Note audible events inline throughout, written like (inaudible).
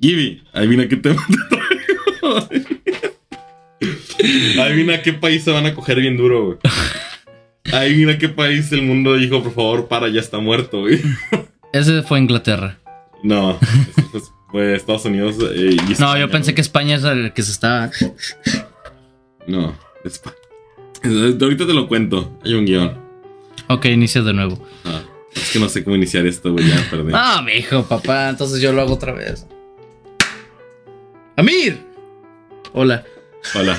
Gibi, adivina qué tema te traigo. adivina qué país se van a coger bien duro, güey. Adivina qué país el mundo dijo, por favor, para, ya está muerto, güey. Ese fue Inglaterra. No, eso fue, fue Estados Unidos. eh, y No, España, yo pensé güey. que España es el que se estaba. No, España. De ahorita te lo cuento. Hay un guión. Ok, inicio de nuevo. Ah, es que no sé cómo iniciar esto, güey. Ya perdí. Ah, mi hijo, papá, entonces yo lo hago otra vez. Amir. Hola. Hola.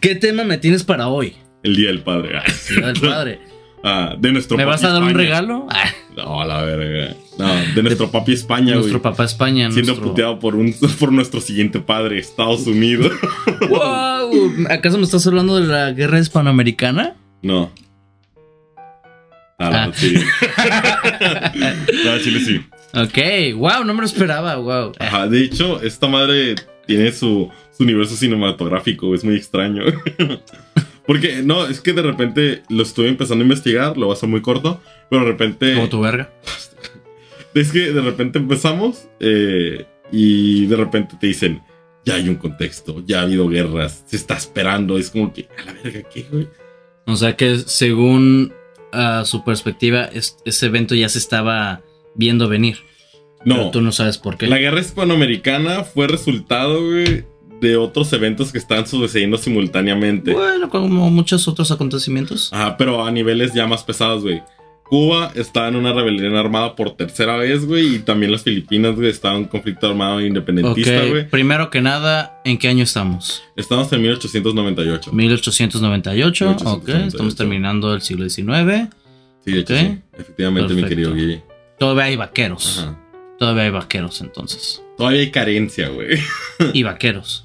¿Qué tema me tienes (coughs) para hoy? El día del padre. Día del padre. Ah, de nuestro ¿Me vas a dar un España. regalo? Ah, No, la verga. No, de nuestro papi España, güey. nuestro papá España. Siendo nuestro- puteado por, un, (laughs) por nuestro siguiente padre, Estados Unidos. (laughs) Wow, ¿Acaso me estás hablando de la guerra hispanoamericana? No. Ah, Ah. no, (laughs) sí. no, Chile sí. Ok, wow, no me lo esperaba, wow. Ajá, de hecho, esta madre tiene su, su universo cinematográfico, es muy extraño. (laughs) Porque, no, es que de repente lo estuve empezando a investigar, lo va a hacer muy corto, pero de repente... Como tu verga. Es que de repente empezamos eh, y de repente te dicen, ya hay un contexto, ya ha habido guerras, se está esperando, es como que, a la verga, ¿qué, güey? O sea que según ah, su perspectiva, es- ese evento ya se estaba viendo venir. Pero No, tú no sabes por qué. la guerra hispanoamericana fue resultado, güey, de otros eventos que están sucediendo simultáneamente. Bueno, como muchos otros acontecimientos. Ajá, pero a niveles ya más pesados, güey. Cuba estaba en una rebelión armada por tercera vez, güey, y también las Filipinas, güey, estaban en un conflicto armado Ok, independentista, güey. primero que nada, ¿en qué año estamos? Estamos en 1898. 1898, 1898. ok, estamos terminando el siglo XIX. Sí, de hecho, ok. sí. Efectivamente, mi Perfecto. querido Guille. Todavía hay vaqueros, Ajá. todavía hay (laughs) vaqueros entonces. Todavía hay carencia, güey. (laughs) Y vaqueros.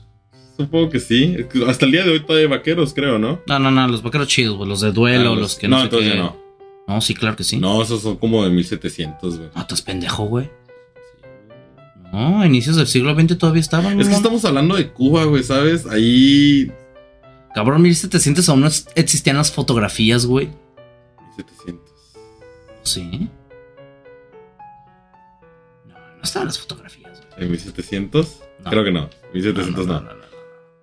Supongo que sí. Es que Hasta el día de hoy todavía hay vaqueros, creo, ¿no? No, no, no, los vaqueros chidos, güey, los de duelo, Ah, los, que no, sé entonces qué. ya no. No, sí, claro que sí. No, No, esos son como de 1700, güey. estás pendejo, güey. Ah, No, a inicios del siglo XX todavía estaban. Es que mamón. estamos hablando de Cuba, güey, ¿sabes? Ahí... Cabrón, 1700 aún no es- existían las fotografías, güey. 1700. Sí. No, no estaban las fotografías, güey. ¿En 1700? No. Creo que no. 1700 no. no, no, no, no.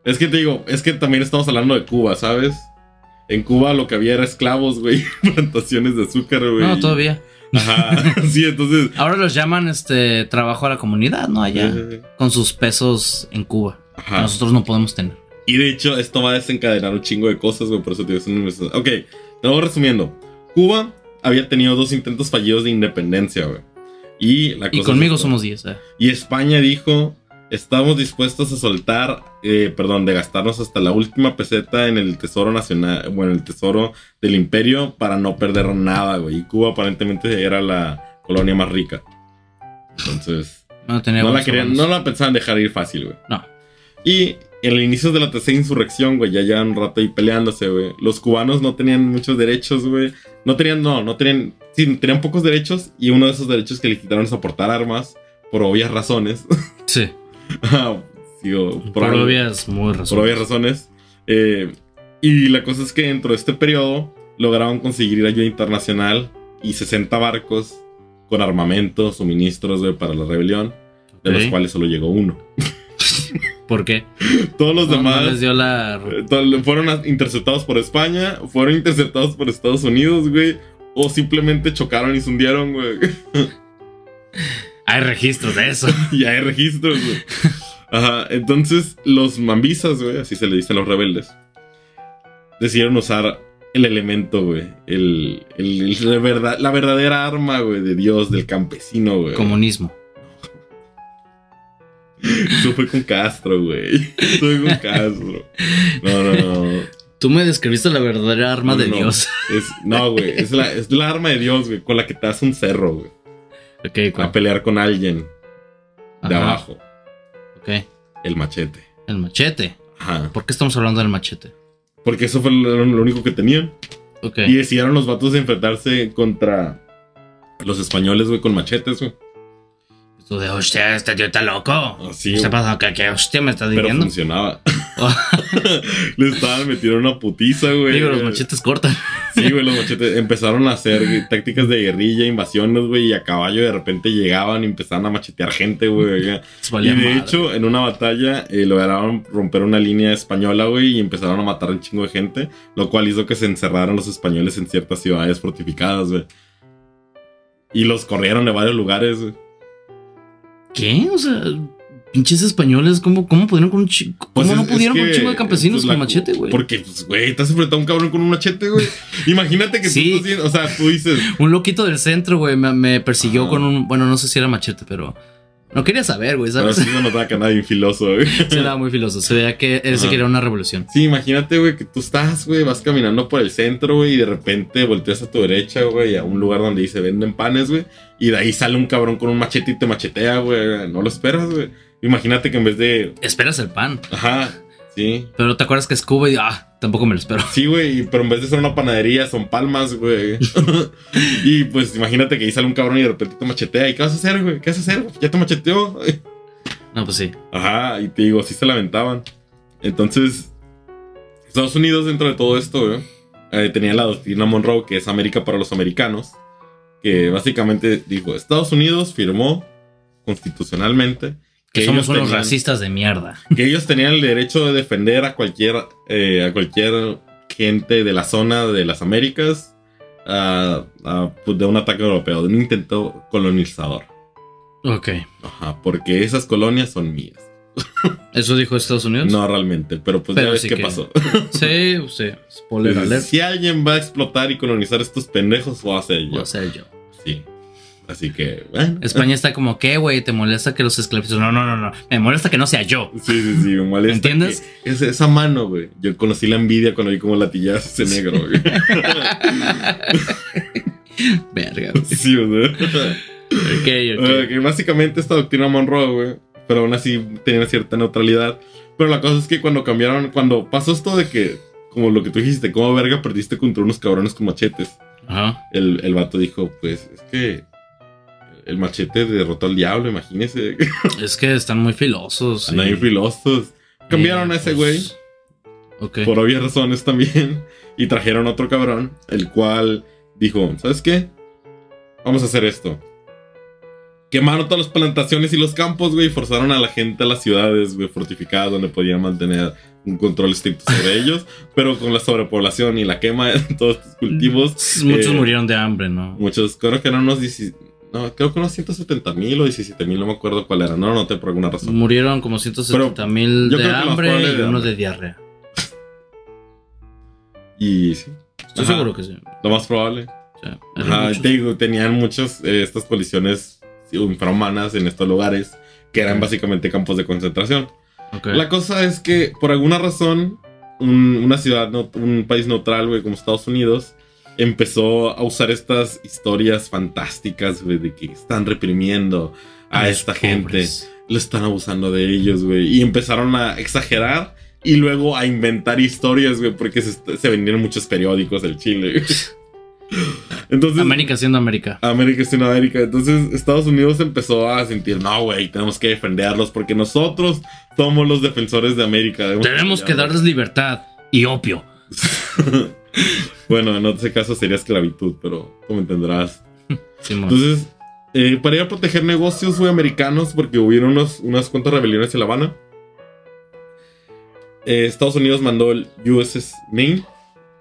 Es que te digo, es que también estamos hablando de Cuba, ¿sabes? En Cuba lo que había era esclavos, güey. (laughs) Plantaciones de azúcar, güey. No, todavía. Ajá. (laughs) Sí, entonces... Ahora los llaman este trabajo a la comunidad, ¿no? Allá. eh, Con sus pesos en Cuba. que Ajá. Nosotros no podemos tener. Y de hecho, esto va a desencadenar un chingo de cosas, güey. Por eso te digo, es un universo- Ok, te lo voy resumiendo. Cuba había tenido dos intentos fallidos de independencia, güey. Y la Y cosa conmigo es- somos 10. eh. Y España dijo: Estamos dispuestos a soltar, eh, perdón, de gastarnos hasta la última peseta en el tesoro nacional, bueno, el tesoro del imperio para no perder nada, güey. Y Cuba aparentemente era la colonia más rica. Entonces. No tenía No la, buenos querían, no hermanos. la pensaban dejar ir fácil, güey. No. Y en el inicio de la tercera insurrección, güey, ya llevan un rato ahí peleándose, güey. Los cubanos no tenían muchos derechos, güey. No tenían, no, no tenían, sí, tenían pocos derechos y uno de esos derechos que le quitaron es aportar armas por obvias razones. (laughs) Sí. Sí, o Por algo- obvias, muy razones. por obvias razones. Eh, y la cosa es que dentro de este periodo lograron conseguir ayuda internacional y 60 barcos con armamento, suministros, güey, para la rebelión, de los Ok. cuales solo llegó uno. ¿Por qué? Todos los No, no demás les dio la. (laughs) eh, to- fueron a- interceptados por España, fueron interceptados por Estados Unidos, güey. O simplemente chocaron y se hundieron, güey. (laughs) Hay registros de eso. y hay registros, güey. Ajá, entonces los mambisas, güey, así se le dicen los rebeldes, decidieron usar el elemento, güey. El, el- el- la, verdad- la verdadera arma, güey, de Dios, del campesino, güey. Comunismo. Eso fue con Castro, güey. Eso fue con Castro. No, no, no. Tú me describiste la verdadera arma de No. Dios. Es, no, güey. Es la, es la arma de Dios, güey. Con la que te das un cerro, güey. Ok, A ¿cuál? pelear con alguien de Ajá, abajo. Ah. Ok. El machete. El machete. Ajá. ¿Por qué estamos hablando del machete? Porque eso fue lo, lo único que tenían. Ok. Y decidieron los vatos enfrentarse contra los españoles, güey, con machetes, güey. Tú de, hostia, este tío está loco. Así, ¿Qué güey. pasa? ¿Qué, qué hostia me está Pero pues, diciendo? (laughs) funcionaba. Le estaban metiendo una putiza, güey. eh, Digo, los machetes cortan. (laughs) Sí, güey, los machetes empezaron a hacer güey, tácticas de guerrilla, invasiones, güey, y a caballo de repente llegaban y empezaban a machetear gente, güey. acá. Les Y valía de madre. hecho, en una batalla eh, lograron romper una línea española, güey, y empezaron a matar un chingo de gente, lo cual hizo que se encerraran los españoles en ciertas ciudades fortificadas, güey. Y los corrieron de varios lugares, güey. ¿Qué? O sea, pinches españoles, ¿cómo, cómo pudieron con un chi- ¿Cómo Pues no es- es pudieron con un que, chingo de campesinos pues, la- con machete, güey? Porque, pues, güey, te has enfrentado a un cabrón con un machete, (laughs) güey. Imagínate que Sí. tú estás bien- o sea, tú dices, Un loquito del centro, güey, me, me persiguió Ajá. con un. Bueno, no sé si era machete, pero. No quería saber, güey, pero ¿sabes? sí no notaba que andaba bien filoso, güey. (laughs) Se era muy filoso. Se veía que él se Ajá. quería una revolución. Sí, imagínate, güey, que tú estás, güey, vas caminando por el centro, güey, y de repente volteas a tu derecha, güey, a un lugar donde dice venden panes, güey, y de ahí sale un cabrón con un machete y te machetea, güey, no lo esperas, güey. Imagínate que en vez de, Esperas el pan. ajá, sí, Pero te acuerdas que es Cuba y ah, tampoco me lo espero. sí, güey, y- pero en vez de ser una panadería son palmas, güey. y pues imagínate que ahí sale un cabrón y de repente te machetea, ¿y qué vas a hacer, güey? ¿Qué vas a hacer? Ya te macheteó. No, pues sí. Ajá, y te digo, sí se lamentaban. Entonces, Estados Unidos dentro de todo esto, güey, eh, tenía la doctrina Monroe, que es América para los americanos, que básicamente dijo, Estados Unidos firmó constitucionalmente Que que, somos ellos, unos tenían, racistas de mierda. que ellos tenían el derecho de defender a cualquier, eh, a cualquier gente de la zona de las Américas ah, ah, pues, de un ataque europeo, de un intento colonizador. Ok. Ajá, porque esas colonias son mías. ¿Eso dijo Estados Unidos? No realmente, pero pues Pero ya ves sí qué que- pasó. Sí, sí. (laughs) Spoiler alert. si alguien va a explotar y colonizar estos pendejos, lo hace Voy yo. a ser yo. Sí. Así que, bueno. España está como, ¿qué, güey? ¿Te molesta que los esclavizos? No, no, no, no. Me molesta que no sea yo. Sí, sí, sí, me molesta. ¿Entiendes? que esa- esa mano, güey. Yo conocí la envidia cuando vi cómo latillaba ese negro, (laughs) güey. Verga, güey. Sí, o sea. (laughs) Ok, ok. Eh, (laughs) que básicamente esta doctrina Monroe, güey. Pero aún así tenía cierta neutralidad. Pero la cosa es que cuando cambiaron, cuando pasó esto de que, como lo que tú dijiste, como verga perdiste contra unos cabrones con machetes. Ajá. el, el vato dijo, pues es que el machete derrotó al diablo, imagínese. (laughs) Es que están muy filosos. pues, Andan bien filosos. Cambiaron a ese güey, Ok. por obvias razones también, y trajeron otro cabrón, el cual dijo, ¿sabes qué? Vamos a hacer esto. Quemaron todas las plantaciones y los campos, güey, y forzaron a la gente a las ciudades, güey, fortificadas, donde podían mantener un control estricto sobre (laughs) ellos, pero con la sobrepoblación y la quema de (laughs) todos estos cultivos, Muchos eh, murieron de hambre, ¿no? Muchos, creo que eran unos 17 no, creo que unos 170 mil o 17 mil, no me acuerdo cuál era. No lo noté por alguna Mm. razón. Murieron como 170 mil yo de creo que los hambre pobres y de uno hambre. de diarrea. Y sí, Estoy Ajá. seguro que sí. lo más probable. O sea, eran Ajá, muchos. te digo, tenían muchas estas colisiones infrahumanas en estos lugares que eran básicamente campos de concentración. Ok. La cosa es que, por alguna razón, un- una ciudad, no- un país neutral, güey, como Estados Unidos, empezó a usar estas historias fantásticas, güey, de que están reprimiendo a, los esta gente. pobres. lo están abusando de ellos, güey. Y empezaron a exagerar y luego a inventar historias, güey, porque se, est- se vendieron muchos periódicos del Chile. (laughs) güey. Entonces, América siendo América. América es una América. Entonces, Estados Unidos empezó a sentir, no, güey, tenemos que defenderlos porque nosotros somos los defensores de América. Tenemos que darles libertad y opio. (laughs) bueno, en ese caso sería esclavitud, pero tú me entenderás. Simón. Entonces, eh, para ir a proteger negocios, güey, americanos, porque hubieron unos- unas cuantas rebeliones en La Habana, eh, Estados Unidos mandó el USS Maine,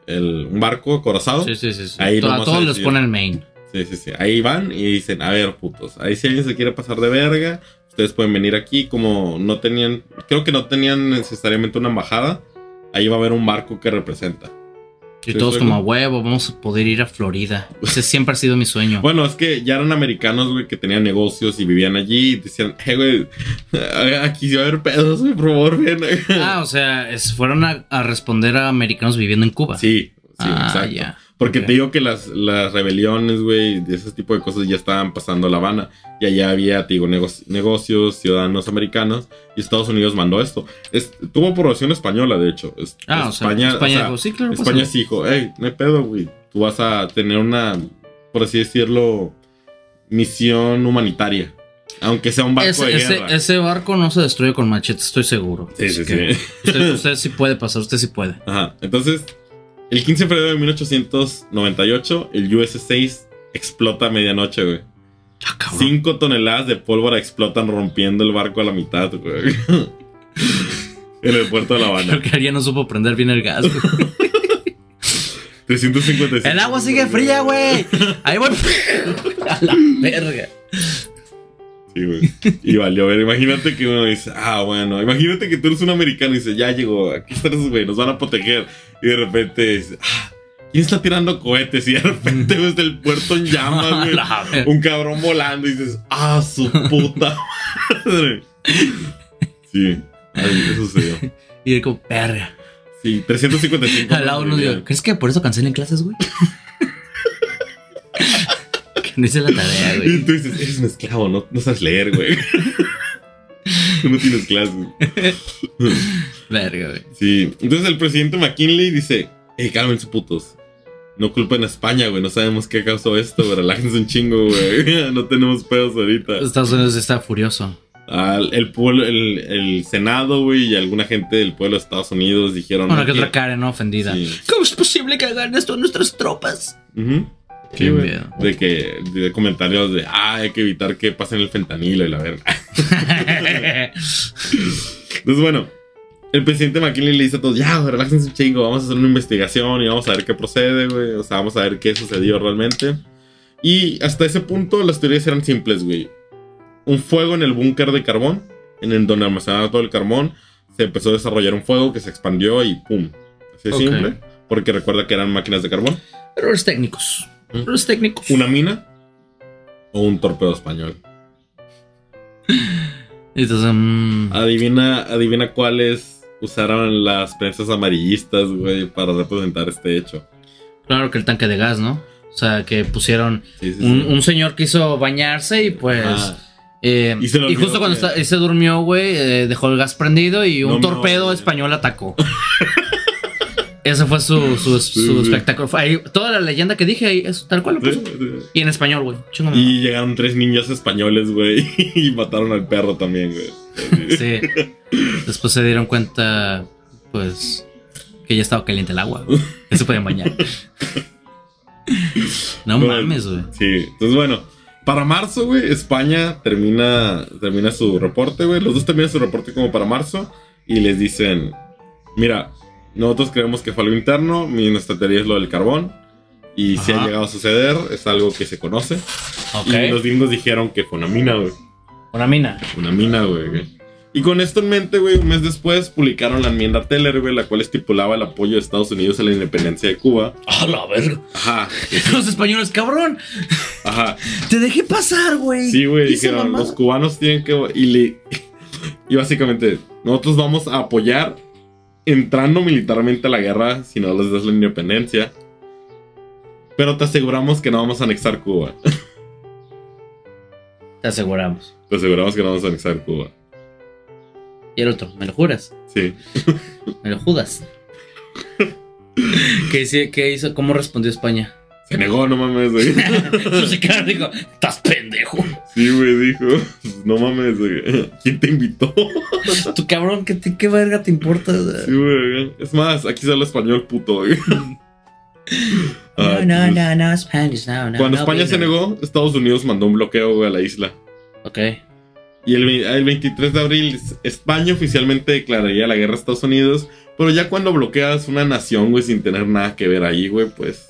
el, un barco acorazado. Sí, sí, sí. sí. Ahí To- a nomás todos hay les que- ponen main. Sí, sí, sí. Ahí van y dicen, a ver, putos, ahí si alguien se quiere pasar de verga, ustedes pueden venir aquí. Como no tenían, creo que no tenían necesariamente una embajada, ahí va a haber un barco que representa. Y Sí, todos soy como a como- huevo, vamos a poder ir a Florida. Ese siempre ha sido mi sueño. Bueno, es que ya eran americanos, güey, que tenían negocios y vivían allí y decían, hey, güey, (laughs) aquí se va a haber pedos, güey, por favor, ven. (laughs) Ah, o sea, es- fueron a, a responder a americanos viviendo en Cuba. Sí, sí, Ah, exacto. ya. Porque Ok. te digo que las, las rebeliones, güey, de ese tipo de cosas ya estaban pasando a La Habana. Y allá había, te digo, nego- negocios, ciudadanos americanos. Y Estados Unidos mandó esto. Es- tuvo población española, de hecho. Es- Ah, o sea, España, o sea, dijo, Ah, pues sí, claro. España pásale. sí dijo, hey, no hay pedo, güey. Tú vas a tener una, por así decirlo, misión humanitaria. Aunque sea un barco Ese, de ese- guerra. ese barco no se destruye con machete, estoy seguro. Sí, Así sí, que sí. Usted, usted sí puede pasar, usted sí puede. Ajá. Entonces, El 15 de febrero de 1898, el US-6 explota a medianoche, güey. Ah, cabrón. 5 toneladas de pólvora explotan rompiendo el barco a la mitad, güey. (laughs) en el puerto de La (laughs) Creo Habana. que Aria no supo prender bien el (laughs) gas. güey. 355. el agua sigue fría, güey. Ahí voy. (laughs) A la verga. Sí, güey. Y valió ver. Imagínate que uno dice, ah, bueno, imagínate que tú eres un americano y dice, ya llegó, aquí están esos güey, nos van a proteger. Y de repente dice, ah, ¿quién está tirando cohetes? Y de repente ves el puerto en llamas, (laughs) A güey. la verga. Un cabrón volando y dices, ah, su puta madre. Sí, ahí eso sucedió. Y él como, verga. Sí, 355. Al lado uno digo, ¿crees que por eso cancelen clases, güey? (laughs) que no hice la tarea, Y güey. tú dices, eres un esclavo, no, no sabes leer, güey. (laughs) Tú no tienes clases. Verga, güey. Sí. Entonces el presidente McKinley dice, hey, cálmense putos. No culpen a España, güey. No sabemos qué causó esto, güey. Relájense un chingo, güey. (laughs) No tenemos pedos ahorita. Estados Unidos está furioso. Al- el, pueblo, el, el Senado, güey, y alguna gente del pueblo de Estados Unidos dijeron... Bueno, que "Aquí- otra cara, ¿no? Ofendida. Sí. ¿Cómo es posible que hagan esto a nuestras tropas? Ujú. Qué Sí, güey. miedo. De que de comentarios de, ah, hay que evitar que pasen el fentanilo y la verga. Entonces, bueno, el presidente McKinley le dice a todos, ya, güey, relájense un chingo, vamos a hacer una investigación y vamos a ver qué procede, güey. O sea, vamos a ver qué sucedió realmente. Y hasta ese punto las teorías eran simples, güey. Un fuego en el búnker de carbón, en el donde almacenaba todo el carbón, se empezó a desarrollar un fuego que se expandió y ¡pum! Así de Ok. simple. Porque recuerda que eran máquinas de carbón. (laughs) Errores técnicos. ¿Mm? Errores técnicos. Una mina o un torpedo español. Entonces, mm, Adivina, adivina cuáles usaron las prensas amarillistas, güey, para representar este hecho. claro que el tanque de gas, ¿no? O sea, que pusieron Sí, sí, sí. un, un señor quiso bañarse y pues... Ah, eh, Y se le y, olvidó justo cuando que- está- él se durmió, güey, eh, dejó el gas prendido y un No, torpedo no, español (laughs) atacó. Ese fue su, su, su sí. espectáculo. Fue ahí- toda la leyenda que dije ahí es tal cual. lo sí, puso. sí. Y en español, güey. Chingón. (laughs) Y llegaron tres niños españoles, güey, (laughs) y mataron al perro también, güey. Sí. Después se dieron cuenta, pues, que ya estaba caliente el agua. güey. Ya se podían bañar. No Bueno. mames, güey. Sí, entonces bueno, para marzo, güey, España termina, termina su reporte, güey. Los dos terminan su reporte como para marzo y les dicen, mira, nosotros creemos que fue algo interno, mi- nuestra teoría es lo del carbón. Y si Ajá. ha llegado a suceder, es algo que se conoce. Y los Ok. gringos dijeron que fue una mina, güey. Una mina. Una mina, güey. Y con esto en mente, güey, un mes después publicaron la enmienda Teller, güey, la cual estipulaba el apoyo de Estados Unidos a la independencia de Cuba. A la verga. Ajá, Los españoles, cabrón. ajá. Te dejé pasar, güey. Sí, güey, ¿Qué hizo dijeron, mamá? los cubanos tienen que... Y, le- y básicamente, nosotros vamos a apoyar entrando militarmente a la guerra si no les das la independencia. Pero te aseguramos que no vamos a anexar Cuba. Te aseguramos. Te aseguramos que no vamos a anexar Cuba. Y el otro, ¿me lo juras? Sí. ¿Me (laughs) lo judas? ¿Qué, hice- qué hizo? ¿Cómo respondió España? Se negó, no mames, güey. (laughs) Su cara dijo, estás pendejo. Sí, güey, dijo. No mames, güey. ¿Quién te invitó? Tu cabrón, ¿qué, te- qué verga te importa? Sí, güey. Es más, aquí se habla español, puto, (laughs) güey. Ah, entonces, no, Spanish, no, no. Cuando no, España se winner. negó, Estados Unidos mandó un bloqueo, güey, a la isla. Ok. Y el, ve- el 23 de abril, España oficialmente declararía la guerra a Estados Unidos. Pero ya cuando bloqueas una nación, güey, sin tener nada que ver ahí, güey, pues.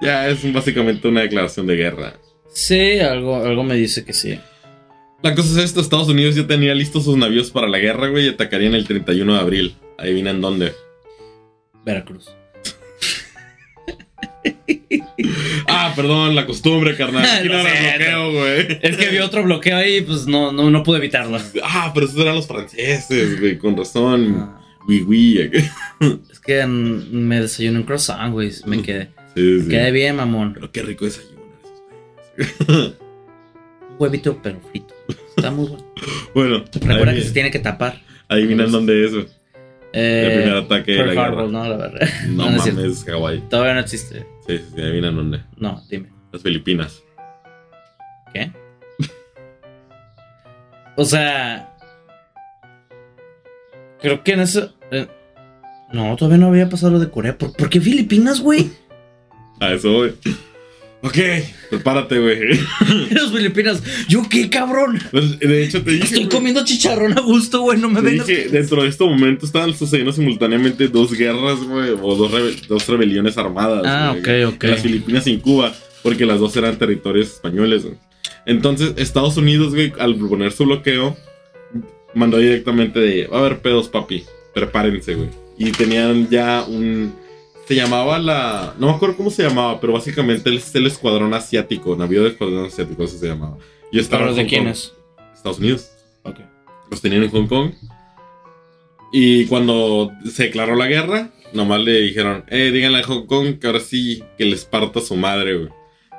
Ya es un- básicamente una declaración de guerra. Sí, algo, algo me dice que sí. La cosa es esto: Estados Unidos ya tenía listos sus navíos para la guerra, güey, y atacarían el 31 de abril. Adivinan dónde. Veracruz. Ah, perdón, la costumbre, (laughs) carnal. Aquí Lo no era siento. bloqueo, güey. (laughs) Es que vi otro bloqueo ahí y pues no, no, no pude evitarlo. Ah, pero esos eran los franceses, güey, con razón. Oui, oui. Ah, eh, Es que mm, me desayuné un croissant, güey. Me quedé. Sí, sí. Quedé bien, mamón. Pero qué rico desayuno. esos Un huevito pero frito. Está muy bueno. güeyes. Bueno, Recuerda que adivi- se tiene que tapar. adivinan dónde es, güey. El primer Eh, ataque de la Pearl guerra. Harbor, no, (laughs) la verdad. No, no es cierto. mames, Hawái. Todavía no existe. Sí, sí, sí, adivinan dónde. No, dime. Las Filipinas. ¿Qué? O sea. Creo que en eso. eh, No, todavía no había pasado lo de Corea. ¿Por, por qué Filipinas, (laughs) güey? (laughs) A eso voy. Ok, prepárate, güey. Las Filipinas. ¿Yo qué, (laughs) cabrón? De hecho, te dije. Estoy güey. comiendo chicharrón a gusto, güey. No me Te vengas. dije, dentro de este momento estaban sucediendo simultáneamente dos guerras, güey, o dos, rebe- dos rebeliones armadas. Ah, güey, ok, ok. en las Filipinas y en Cuba, porque las dos eran territorios españoles, güey. Entonces, Estados Unidos, güey, al poner su bloqueo, mandó directamente de, va a haber pedos, papi, prepárense, güey. Y tenían ya un... Se llamaba la... No me acuerdo cómo se llamaba, pero básicamente es el escuadrón asiático, navío de escuadrón asiático, eso se llamaba. Y estaba ¿Pero en de Hong Kong. quiénes? Estados Unidos Ok. los tenían en Hong Kong. Y cuando se declaró la guerra, nomás le dijeron, eh, díganle a Hong Kong que ahora sí que les parta su madre, güey.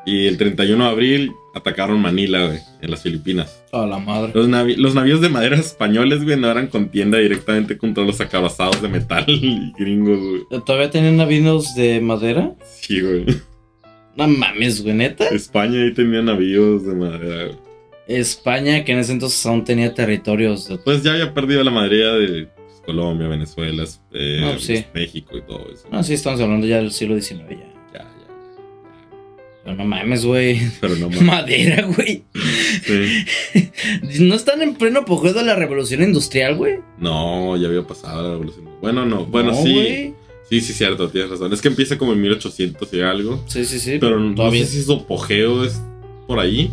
Y el 31 de abril atacaron Manila, güey, en las Filipinas. A la madre. Los, navi- los navíos de madera españoles, güey, no eran contienda directamente contra los acabazados de metal (laughs) y gringos, güey. ¿Todavía tienen navinos de madera? Sí, güey. (laughs) No mames, güey, neta. España ahí tenía navíos de madera, güey. España, que en ese entonces aún tenía territorios. de- Pues ya había perdido la mayoría de pues, Colombia, Venezuela, eh, Ah, sí. México y todo eso. No, sí, estamos hablando ya del siglo XIX ya. Ya, ya. Pero no mames, (laughs) güey. (laughs) Pero no más. Madera, güey. Sí. ¿No están en pleno apogeo de la revolución industrial, güey? No, ya había pasado la revolución. Bueno, no, bueno, No, sí. güey. Sí, sí, cierto, tienes razón. Es que empieza como en 1800 y algo. Sí, sí, sí. Pero no todavía. sé si su apogeo es por ahí.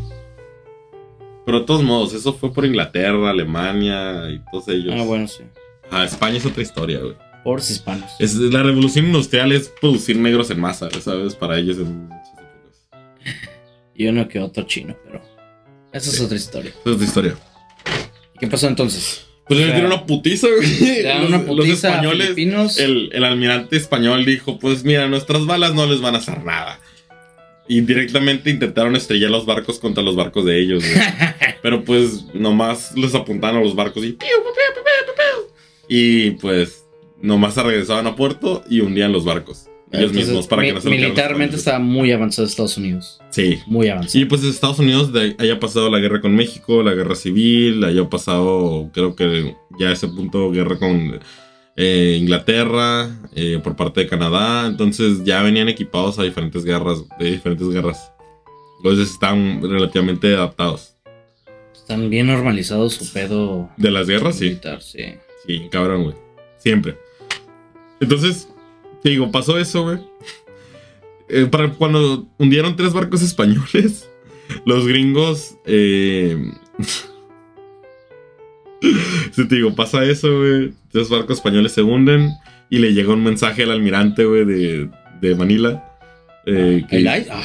Pero de todos modos, eso fue por Inglaterra, Alemania y todos ellos. Ah, bueno, sí. Ah, España es otra historia, güey. Pobres hispanos. Es, la revolución industrial es producir negros en masa, ¿sabes? Para ellos en muchas épocas. Y uno que otro chino, pero. Esa es Sí. otra historia. Esa es la historia. ¿Y ¿Qué pasó entonces? Pues le O sea, metieron una putiza, güey. Le dan Los- una los putiza a españoles, filipinos. el, el almirante español dijo, pues mira, nuestras balas no les van a hacer nada. Y directamente intentaron estrellar los barcos contra los barcos de ellos. güey. (laughs) Pero pues nomás les apuntaron a los barcos y... piu, piu, piu, piu, piu, piu. Y pues nomás se regresaban a puerto y hundían los barcos. Ellos Entonces, mismos para mi- que no se lo quedaran los Militarmente españoles. está muy avanzado Estados Unidos. Sí. Muy avanzado. Y pues Estados Unidos de- haya pasado la guerra con México, la guerra civil, haya pasado, creo que ya a ese punto, guerra con eh, Inglaterra, eh, por parte de Canadá. Entonces ya venían equipados a diferentes guerras, de diferentes guerras. Entonces están relativamente adaptados. Están bien normalizados su pedo De las guerras, Ah, sí. militar, sí. Sí, cabrón, güey. Siempre. Entonces, te digo, pasó eso, güey. Eh, para cuando hundieron tres barcos españoles, (laughs) los gringos. Eh... (laughs) sí, te digo, pasa eso, güey. Tres barcos españoles se hunden y le llega un mensaje al almirante, güey, de, de Manila. eh, que- El ay- ah.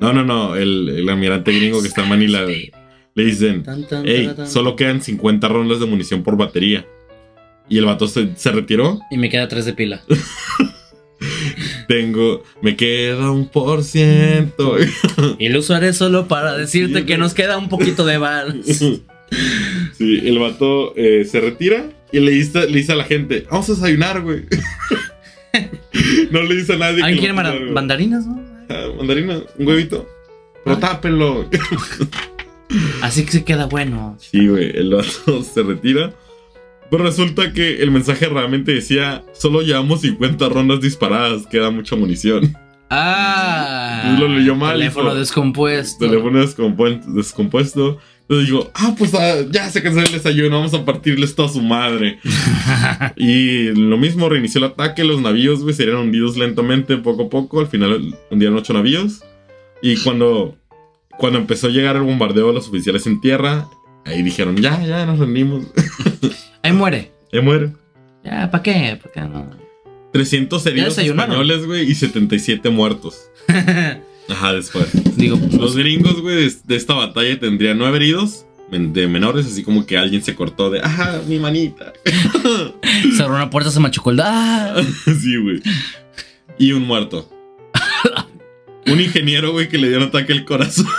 No, no, no, el, el almirante gringo que está en Manila, güey. Le dicen, Tan, tan, Ey, tan, tan. solo quedan 50 rondas de munición por batería. Y el vato se, se retiró. Y me queda tres de pila. Tengo, me queda un por ciento. (laughs) Y lo usaré solo para decirte Sí, que güey. nos queda un poquito (laughs) de balas. Sí, el vato eh, se retira y le dice, le dice a la gente, vamos a desayunar, güey. (laughs) no le dice a nadie. ¿Alguien que quiere lo mara- mandaron. mandarinas, no? Ah, mandarina, un huevito. Pero Ah. tápenlo. Así que se queda bueno. Sí, güey, el vato (laughs) se retira. Pero resulta que el mensaje realmente decía, solo llevamos 50 rondas disparadas, queda mucha munición. Ah, Lo leyó mal, Teléfono hijo. descompuesto. teléfono descompu- descompuesto. Entonces digo, ah, pues ah, ya se cansó el desayuno, vamos a partirles toda su madre. y lo mismo, reinició el ataque, los navíos, güey, serían hundidos lentamente, poco a poco. Al final hundieron ocho navíos. Y cuando, cuando empezó a llegar el bombardeo de los oficiales en tierra, ahí dijeron, ya, ya nos rendimos. (laughs) Ahí muere. ya muere. Ya, ¿para qué? ¿Para qué no? (laughs) 300 heridos desayunaron? españoles, güey, y 77 muertos. Ajá, después. Digo, Los gringos, güey, de, de esta batalla tendrían nueve heridos men- de menores, así como que alguien se cortó de, ajá, mi manita. (laughs) cerró una puerta, se machucó el. ¡Ah! (laughs) sí, güey. Y un muerto. un ingeniero, güey, que le dio un ataque al corazón. (laughs)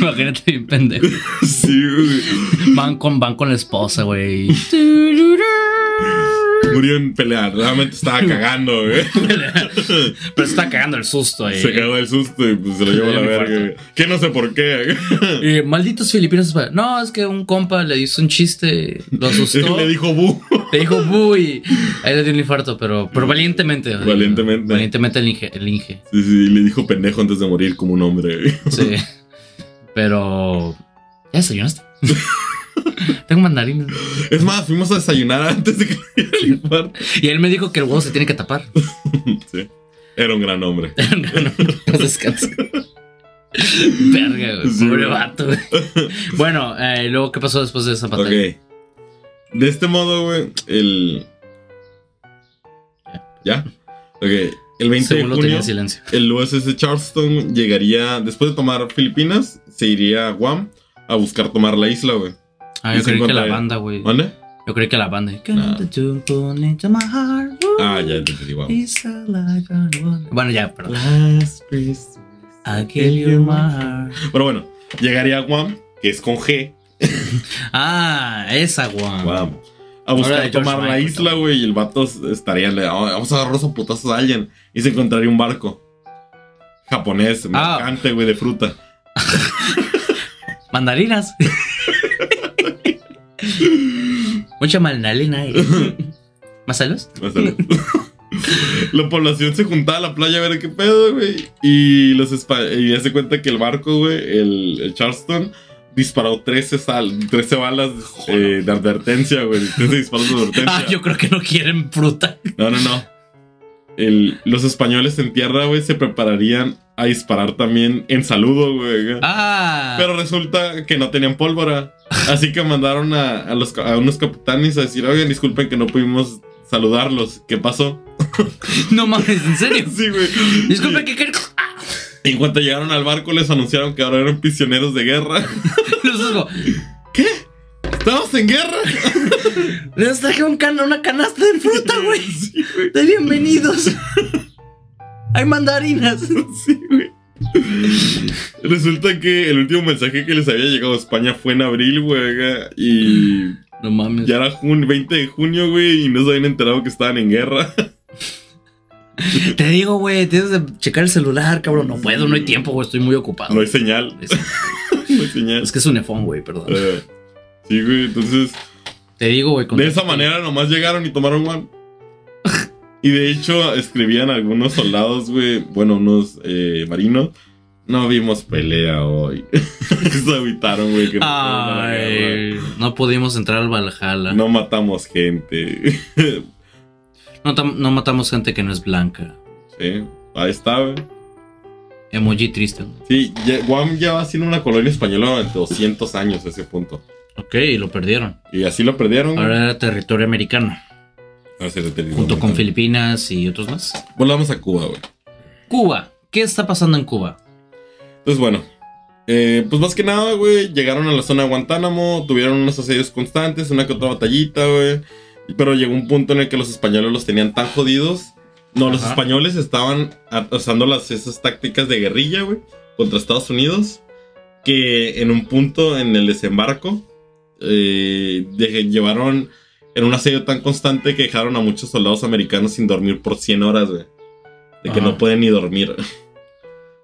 Imagínate bien pendejo. sí, güey. (laughs) Van con, van con la esposa, güey. Murió en pelea. Realmente estaba cagando, güey. Pero está cagando el susto eh. ahí. Se cagó el susto y pues se lo llevó a la Me verga. infarto. güey. Que no sé por qué. Eh, malditos filipinos. No, es que un compa le hizo un chiste, (laughs) lo Le asustó. le dijo bu. dijo, uy. Ahí le dio un infarto, pero, pero valientemente. Valientemente. Valientemente el Inge. El Inge Sí, sí, le dijo pendejo antes de morir como un hombre. güey. (laughs) sí. Pero. ¿Ya desayunaste? (laughs) Tengo mandarines. Es más, fuimos a desayunar antes de que le diera el infarto. (laughs) Y él me dijo que el huevo se tiene que tapar. (laughs) Sí. Era un gran hombre. No descansa. Verga, güey. Sí, Pobre güey. vato, güey. Bueno, eh, luego, ¿qué pasó después de esa Ok. batalla? De este modo, güey, el. ¿Ya? Ok. El 20 Según de lo junio, tenía en silencio. el USS Charleston llegaría. Después de tomar Filipinas, se iría a Guam a buscar tomar la isla, güey. Ah, yo Dicen creí que la contra- banda, güey. ¿Vale? Yo creí que la banda. Nah. Ah, Ah, ya entendí, Guam. Bueno, ya, perdón. Last Christmas. I give you my heart. Pero bueno, llegaría a Guam, que es con G. Ah, esa, guau. Guam. A Ahora buscar de tomar George la Michael, isla, güey. Y el vato estaría. le- "Oh, Vamos a agarrar a putazos a alguien. Y se encontraría un barco. Japonés, Ah. mercante, güey, de fruta. (laughs) (laughs) Mandarinas. Mucha mandarina. (laughs) eh. ¿Más saludos? O sea, (laughs) la población se juntaba a la playa a ver qué pedo, güey. Y los espa- y ya se cuenta que el barco, güey, el, el Charleston, disparó 13, sal 13 balas eh, de advertencia, güey. 13 disparos (laughs) de advertencia. Ah, yo creo que no quieren fruta. No, no, no. El- los españoles en tierra, güey, se prepararían a disparar también en saludo, güey. Ah. Pero resulta que no tenían pólvora. Así que mandaron a, a los, ca- a unos capitanes a decir, oigan, disculpen que no pudimos saludarlos. ¿Qué pasó? (laughs) No mames, en serio. Sí, güey. Disculpe que que- ah, Y en cuanto llegaron al barco, les anunciaron que ahora eran prisioneros de guerra. (laughs) los digo. ¿Estamos en guerra? Les traje un can- una canasta de fruta, (laughs) güey. Sí, güey. De bienvenidos. (laughs) Hay mandarinas. Sí, güey. Resulta que el último mensaje que les había llegado a España fue en abril, güey. Y No mames. Ya era jun- 20 de junio, güey, y no se habían enterado que estaban en guerra. Te digo, güey, tienes de checar el celular, cabrón. No puedo, no hay tiempo, güey. Estoy muy ocupado. Mm. (laughs) No hay señal, Es, no hay señal. Ah, es que es un efón, güey, perdón. Eh, sí, güey, entonces, Te digo, güey. con- de esa manera nomás llegaron y tomaron (laughs) Juan. Y de hecho, escribían algunos soldados, güey, bueno, unos eh, marinos. No vimos pelea hoy. (laughs) se agüitaron, güey. que no fueron a la guerra. Ay, no pudimos entrar al Valhalla. No, No matamos gente. (laughs) tam- no matamos gente que no es blanca. sí, ahí está, güey. Emoji triste. Sí, ya- Guam ya va siendo una colonia española durante 200 años a ese punto. Ok, y lo perdieron. Y así lo perdieron. Ahora era territorio americano. Ah, sí, lo tenía. Junto con Filipinas y otros más. Volvamos a Cuba, güey. Cuba. ¿Qué está pasando en Cuba? Entonces, bueno. eh, pues más que nada, güey, llegaron a la zona de Guantánamo, tuvieron unos asedios constantes, una que otra batallita, güey. Pero llegó un punto en el que los españoles los tenían tan jodidos. No, los Ajá. españoles estaban a- usando las, esas tácticas de guerrilla, güey, contra Estados Unidos. Que en un punto en el desembarco eh, de- llevaron en un asedio tan constante que dejaron a muchos soldados americanos sin dormir por 100 horas, güey. De que Ajá. no pueden ni dormir.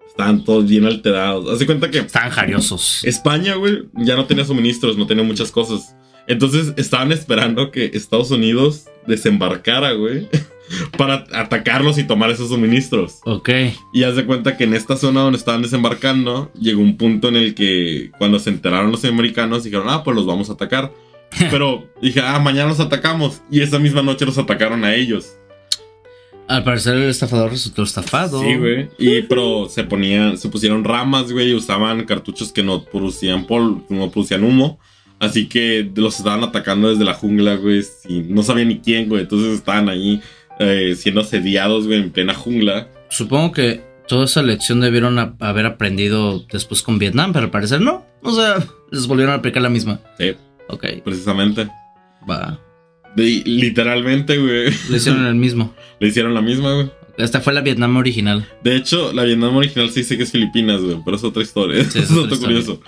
Estaban todos bien alterados. Haz de cuenta que Están jariosos. España, güey, ya no tenía suministros, no tenía muchas cosas. Entonces estaban esperando que Estados Unidos desembarcara, güey, (laughs) para atacarlos y tomar esos suministros. Ok. Y haz de cuenta que en esta zona donde estaban desembarcando, llegó un punto en el que cuando se enteraron los americanos, dijeron, ah, pues los vamos a atacar. Pero dije, ah, mañana los atacamos. Y esa misma noche los atacaron a ellos. Al parecer el estafador resultó estafado. Sí, güey. Y pero se ponían, se pusieron ramas, güey, y usaban cartuchos que no producían pol, no producían humo. Así que los estaban atacando desde la jungla, güey. sin- no sabían ni quién, güey. Entonces estaban ahí eh, siendo asediados, güey, en plena jungla. Supongo que toda esa lección debieron a- haber aprendido después con Vietnam, pero al parecer no. O sea, les volvieron a aplicar la misma. Sí. Ok, Precisamente. va. De- literalmente, güey. (laughs) Le hicieron el mismo. Le hicieron la misma, güey. Esta fue la Vietnam original. De hecho, la Vietnam original se dice que es Filipinas, güey, pero es otra historia. Sí, (laughs) es es otro otra historia. curioso.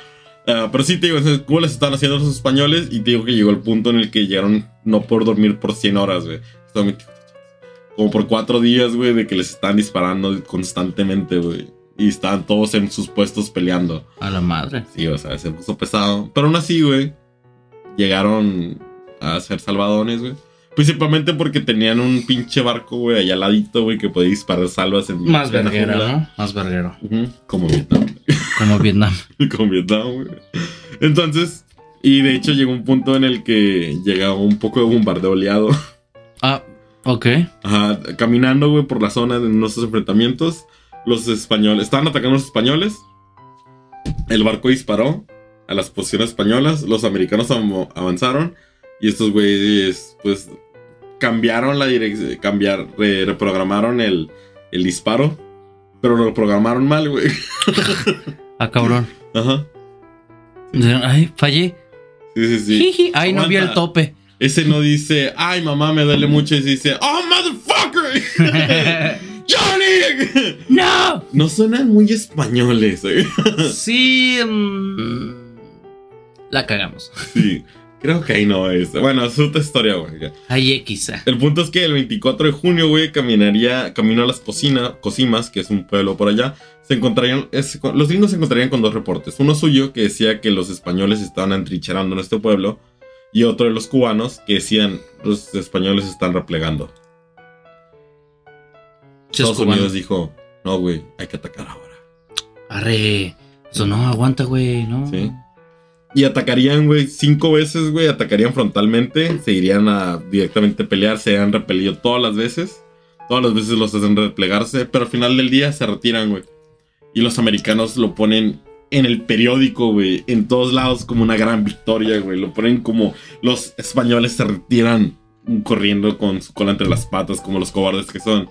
Ah, pero sí, te digo, entonces, ¿cómo les están haciendo los españoles? Y te digo que llegó el punto en el que llegaron no por dormir por 100 horas, güey. Estaba muy tic, tic, tic. Como por cuatro días, güey, de que les están disparando constantemente, güey. Y estaban todos en sus puestos peleando. A la madre. Sí, o sea, se puso pesado. Pero aún así, güey, llegaron a ser salvadones, güey. Principalmente porque tenían un pinche barco, güey, allá al ladito, güey, que podía disparar salvas en Más en la verguero, jungla. ¿no? Más verguero. Ujú, Como Vietnam. (laughs) Como Vietnam. con Vietnam, güey. Entonces, y de hecho llegó un punto en el que llegaba un poco de bombardeo oleado. Ah, ok. (laughs) Ajá, caminando, güey, por la zona de nuestros enfrentamientos. Los españoles, estaban atacando a los españoles. El barco disparó a las posiciones españolas. Los americanos am- avanzaron. Y estos güeyes, pues, cambiaron la dirección, cambiar, re- reprogramaron el, el disparo. Pero lo programaron mal, güey. (laughs) Ah, cabrón. Ajá. Dijeron, Ay, fallé. Sí, sí, sí. (laughs) Jiji. Ay, no vi el Aguanta. (laughs) tope. Ese no dice, ay mamá, me duele mucho. Y dice, oh motherfucker, (laughs) Johnny. ¡No! No suenan muy españoles. eh. Sí. mm, la cagamos. (laughs) Sí, creo que ahí no es. Bueno, es otra historia, güey. ya. Ay, quizá. El punto es que el 24 de junio, güey, caminaría, camino a las cocinas, Cosimas, que es un pueblo por allá. Se encontrarían, es- los gringos se encontrarían con dos reportes. Uno suyo que decía que los españoles estaban entrincherando en este pueblo. Y otro de los cubanos que decían, los españoles se están replegando. Ches Estados cubano. Unidos dijo, no, güey, hay que atacar ahora. Arre. Eso no, aguanta, güey, ¿no? Sí. Y atacarían, güey, cinco veces, güey, atacarían frontalmente, se irían a directamente pelear, se han repelido todas las veces, todas las veces los hacen replegarse, pero al final del día se retiran, güey. Y los americanos lo ponen en el periódico, güey, en todos lados como una gran victoria, güey, lo ponen como los españoles se retiran corriendo con su cola entre las patas, como los cobardes que son.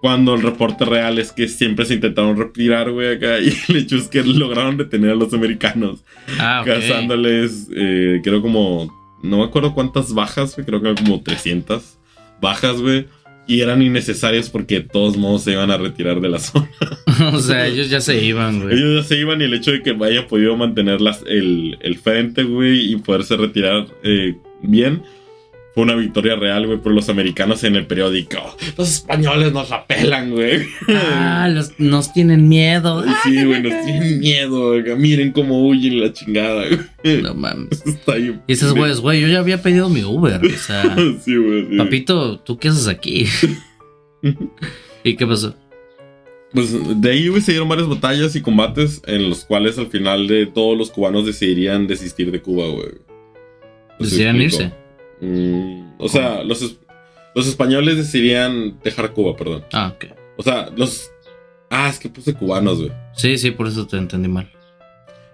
Cuando el reporte real es que siempre se intentaron retirar, güey, acá, (laughs) y el hecho es que lograron detener a los americanos Ah, ok. causándoles, eh, creo como, no me acuerdo cuántas bajas, güey, creo que eran como 300 bajas, güey. Y eran innecesarias porque de todos modos se iban a retirar de la (laughs) zona. (laughs) o sea, ellos ya se iban, güey. Ellos ya se iban y el hecho de que haya podido mantener las- el, el frente, güey, y poderse retirar eh, bien, fue una victoria real, güey, por los americanos en el periódico. Los españoles nos la pelan, güey. (laughs) Ah, los- nos tienen miedo. Ay, Sí, güey, nos tienen miedo, güey. Miren cómo huyen la chingada, güey. (laughs) No mames. Está bien. Y dices, güey, güey, yo ya había pedido mi Uber. O sea, (laughs) Sí, güey. sí. papito, ¿tú qué haces aquí? (laughs) ¿Y qué pasó? Pues de ahí güey, se dieron varias batallas y combates en los cuales al final de todos los cubanos decidirían desistir de Cuba, güey. No sé si Decidieron me irse. explico. Mm, o sea, los, es- los españoles decidirían dejar Cuba, perdón. Ah, ok. O sea, los... Ah, es que puse cubanos, güey. Sí, sí, por eso te entendí mal.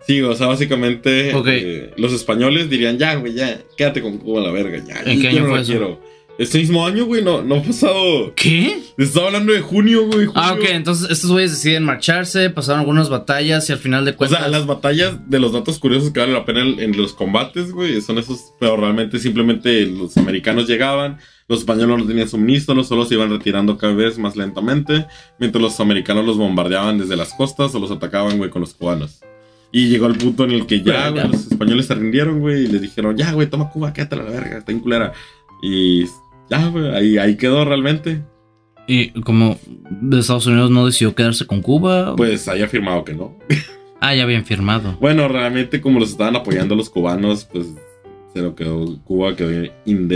Sí, o sea, básicamente Ok. eh, los españoles dirían, ya, güey, ya, quédate con Cuba a la verga, ya. ¿En qué yo año no la fue eso? quiero". Este mismo año, güey, no, no ha pasado... ¿Qué? Les estaba hablando de junio, güey. Ah, ok, junio. entonces estos güeyes deciden marcharse, pasaron algunas batallas y al final de O cuentas. sea, las batallas de los datos curiosos que vale la pena en, en los combates, güey, son esos, pero realmente simplemente los americanos llegaban, los españoles no tenían suministro, los solos se iban retirando cada vez más lentamente, mientras los americanos los bombardeaban desde las costas o los atacaban, güey, con los cubanos. Y llegó el punto en el que ya, güey, Verga. los españoles se rindieron, güey, y les dijeron, ya, güey, toma Cuba, quédate a la verga, está en culera. Y ya, güey, ahí, ahí quedó realmente. Y como de Estados Unidos no decidió quedarse con Cuba. Pues había afirmado que no. Ah, ya habían firmado. Bueno, realmente como los estaban apoyando los cubanos, pues se lo quedó, Cuba quedó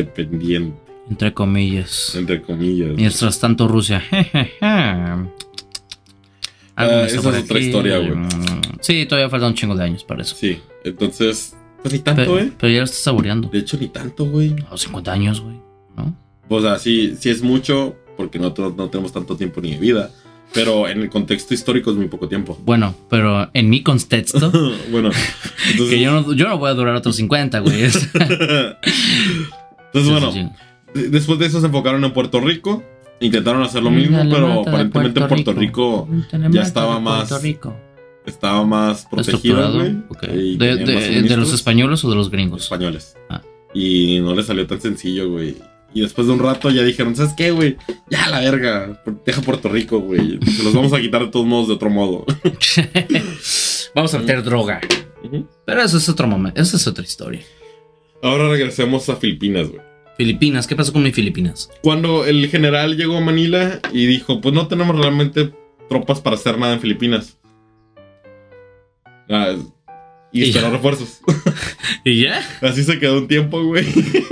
independiente, Entre comillas. entre comillas. Mientras tanto, Rusia. (laughs) jejeje. Algo Ah, me esa está por es otra aquí. historia, güey. Sí, todavía falta un chingo de años para eso. Sí, entonces, pues ni Pe- tanto, pero, ¿eh? ya lo estás saboreando. De hecho, ni tanto, güey. A los 50 años, güey. ¿No? O sea, sí, sí es mucho, porque nosotros no tenemos tanto tiempo ni de vida, pero en el contexto histórico es muy poco tiempo. (laughs) Bueno, pero en mi contexto, (laughs) bueno, entonces... que yo no, yo no voy a durar otros 50, güey. (laughs) Es- (laughs) entonces, Sí, bueno, sí, sí. de- después de eso se enfocaron en Puerto Rico, intentaron hacer lo mismo, Dale, pero mata de aparentemente en Puerto Rico Dale, ya mata estaba de más Puerto Rico. estaba más protegido, Estructurado. güey. ok. y tenían De, de- más de suministros. los españoles o de los gringos? Españoles. Ah. Y no le salió tan sencillo, güey. Y después de un rato ya dijeron, ¿sabes qué, güey? Ya la verga, por- deja Puerto Rico, güey. Se los vamos a quitar de todos modos de otro modo. (laughs) (laughs) Vamos a meter droga. Pero eso es otro momento. Esa es otra historia. Ahora regresemos a Filipinas, güey. Filipinas, ¿qué pasó con mi Filipinas? Cuando el general llegó a Manila y dijo, pues no tenemos realmente tropas para hacer nada en Filipinas. Ah, y Y esperó ya. refuerzos. ¿Y ya? Así se quedó un tiempo, güey.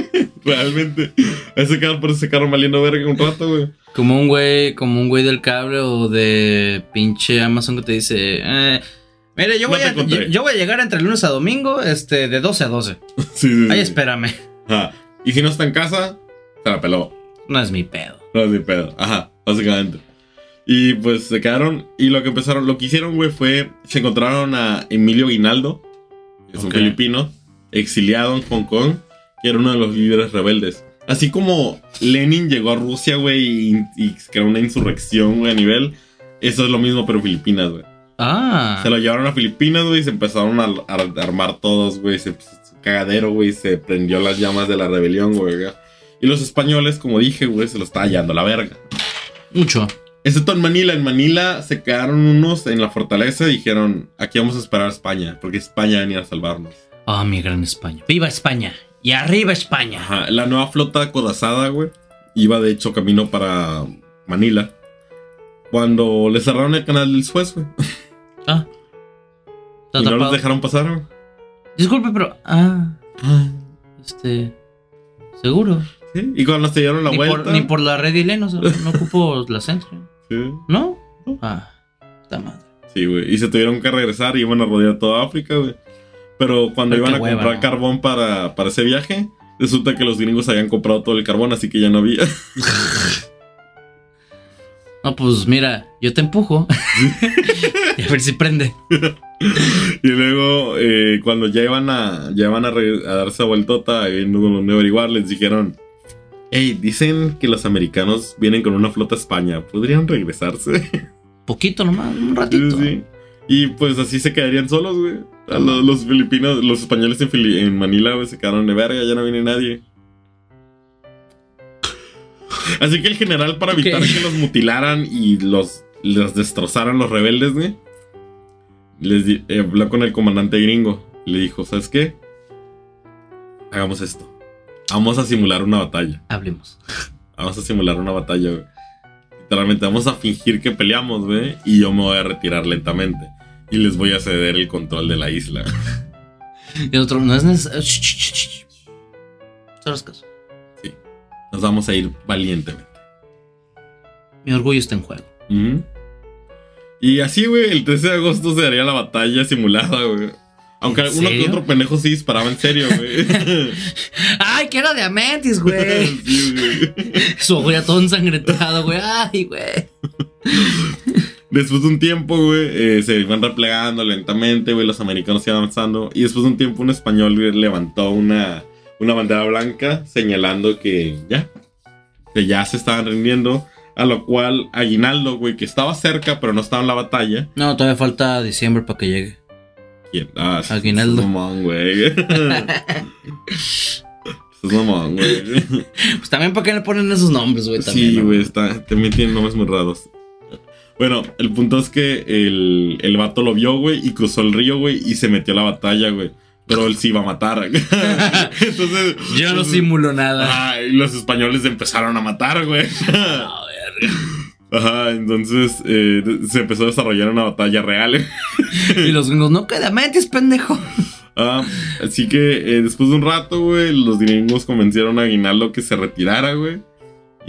(laughs) Realmente. Ahí se quedaron, por eso se quedaron valiendo verga un rato, güey. Como un güey, como un güey del cable o de pinche Amazon que te dice, eh, mire, yo No voy, te a, yo, encontré. yo voy a llegar entre lunes a domingo, este, de 12 a 12. Sí, sí, sí. Ahí espérame. Ajá. Y si no está en casa, se la peló. No es mi pedo. No es mi pedo. Ajá, básicamente. Y pues se quedaron. Y lo que empezaron, lo que hicieron, güey, fue. Se encontraron a Emilio Guinaldo, que es un Ok. filipino, exiliado en Hong Kong, que era uno de los líderes rebeldes. Así como Lenin llegó a Rusia, güey, y, y creó una insurrección, güey, a nivel. Eso es lo mismo, pero en Filipinas, güey. Ah. Se lo llevaron a Filipinas, güey, y se empezaron a, a armar todos, güey. Se se- cagadero, güey, se prendió las llamas de la rebelión, güey. acá. Y los españoles, como dije, güey, se lo estaba hallando la verga. Mucho. Excepto en Manila. En Manila se quedaron unos en la fortaleza y dijeron, aquí vamos a esperar a España, porque España venía a salvarnos. Ah, mi gran España. ¡Viva España! Y arriba España. Ajá, la nueva flota acodazada, güey, iba de hecho camino para Manila. Cuando le cerraron el canal del Suez, güey. Ah. Está Y no los tapado. dejaron pasar, güey. Disculpe, pero. Ah, Ah, este. Seguro. sí. Y cuando se dieron la ni, vuelta... por, ni por la red Ile, no, no ocupo la centro. sí. ¿No? Ah, está madre. Sí, güey. Y se tuvieron que regresar y iban a rodear toda África, güey. Pero cuando Pero iban qué a hueva, comprar ¿no? carbón para, para ese viaje, resulta que los gringos habían comprado todo el carbón, así que ya no había. (laughs) No, pues mira, yo te empujo. (laughs) y a ver si prende. y luego, eh, cuando ya iban a, ya iban a, re- a darse la vueltota y no no averiguar, les dijeron: Hey, dicen que los americanos vienen con una flota a España. ¿Podrían regresarse? Poquito nomás, un Sí, ratito. sí. Y pues así se quedarían solos, güey. A lo- Los, filipinos, los españoles en, Fili- en Manila, güey, se quedaron de verga, ya no viene nadie. Así que el general, para evitar Ok. que los mutilaran y los, los destrozaran los rebeldes, güey, les di- eh, habló con el comandante gringo. Le dijo, ¿sabes qué? Hagamos esto. Vamos a simular una batalla. Hablemos. Vamos a simular una batalla, güey. Literalmente vamos a fingir que peleamos, güey. Y yo me voy a retirar lentamente. Y les voy a ceder el control de la isla. Y otro, no es necesario. Shh, shh, shh, shh. Solo haz caso. Nos vamos a ir valientemente. Mi orgullo está en juego. Ujú. Y así, güey, el 13 de agosto se daría la batalla simulada, güey. Aunque ¿En alguno que serio? otro pendejo sí disparaba en serio, güey. (laughs) ¡Ay, que era de Amentis, güey! Sí, güey. (laughs) Su ojo ya todo ensangrentado, güey. ¡Ay, güey! Después de un tiempo, güey, eh, se iban replegando lentamente, güey, los americanos iban avanzando. Y después de un tiempo, un español güey, levantó una, una bandera blanca señalando que ya, que ya se estaban rindiendo. A lo cual Aguinaldo, güey, que estaba cerca, pero no estaba en la batalla. No, todavía falta diciembre para que llegue. ¿Quién? Ah, sí, Aguinaldo. es mamón, güey. (laughs) es mamón, güey. Pues también para qué le ponen esos nombres, güey. también, Sí, ¿no? güey, está- también tiene nombres muy raros. Bueno, el punto es que el, el vato lo vio, güey, y cruzó el río, güey, y se metió a la batalla, güey. Pero él sí iba a matar. (laughs) Entonces. Yo no simulo nada. Ajá, y los españoles empezaron a matar, güey. Ah. (laughs) A ver. Ajá, entonces eh, se empezó a desarrollar una batalla real. (laughs) Y los gringos, no queda Amentis, pendejo. Ah, así que eh, después de un rato, güey, los gringos convencieron a Aguinaldo que se retirara, güey.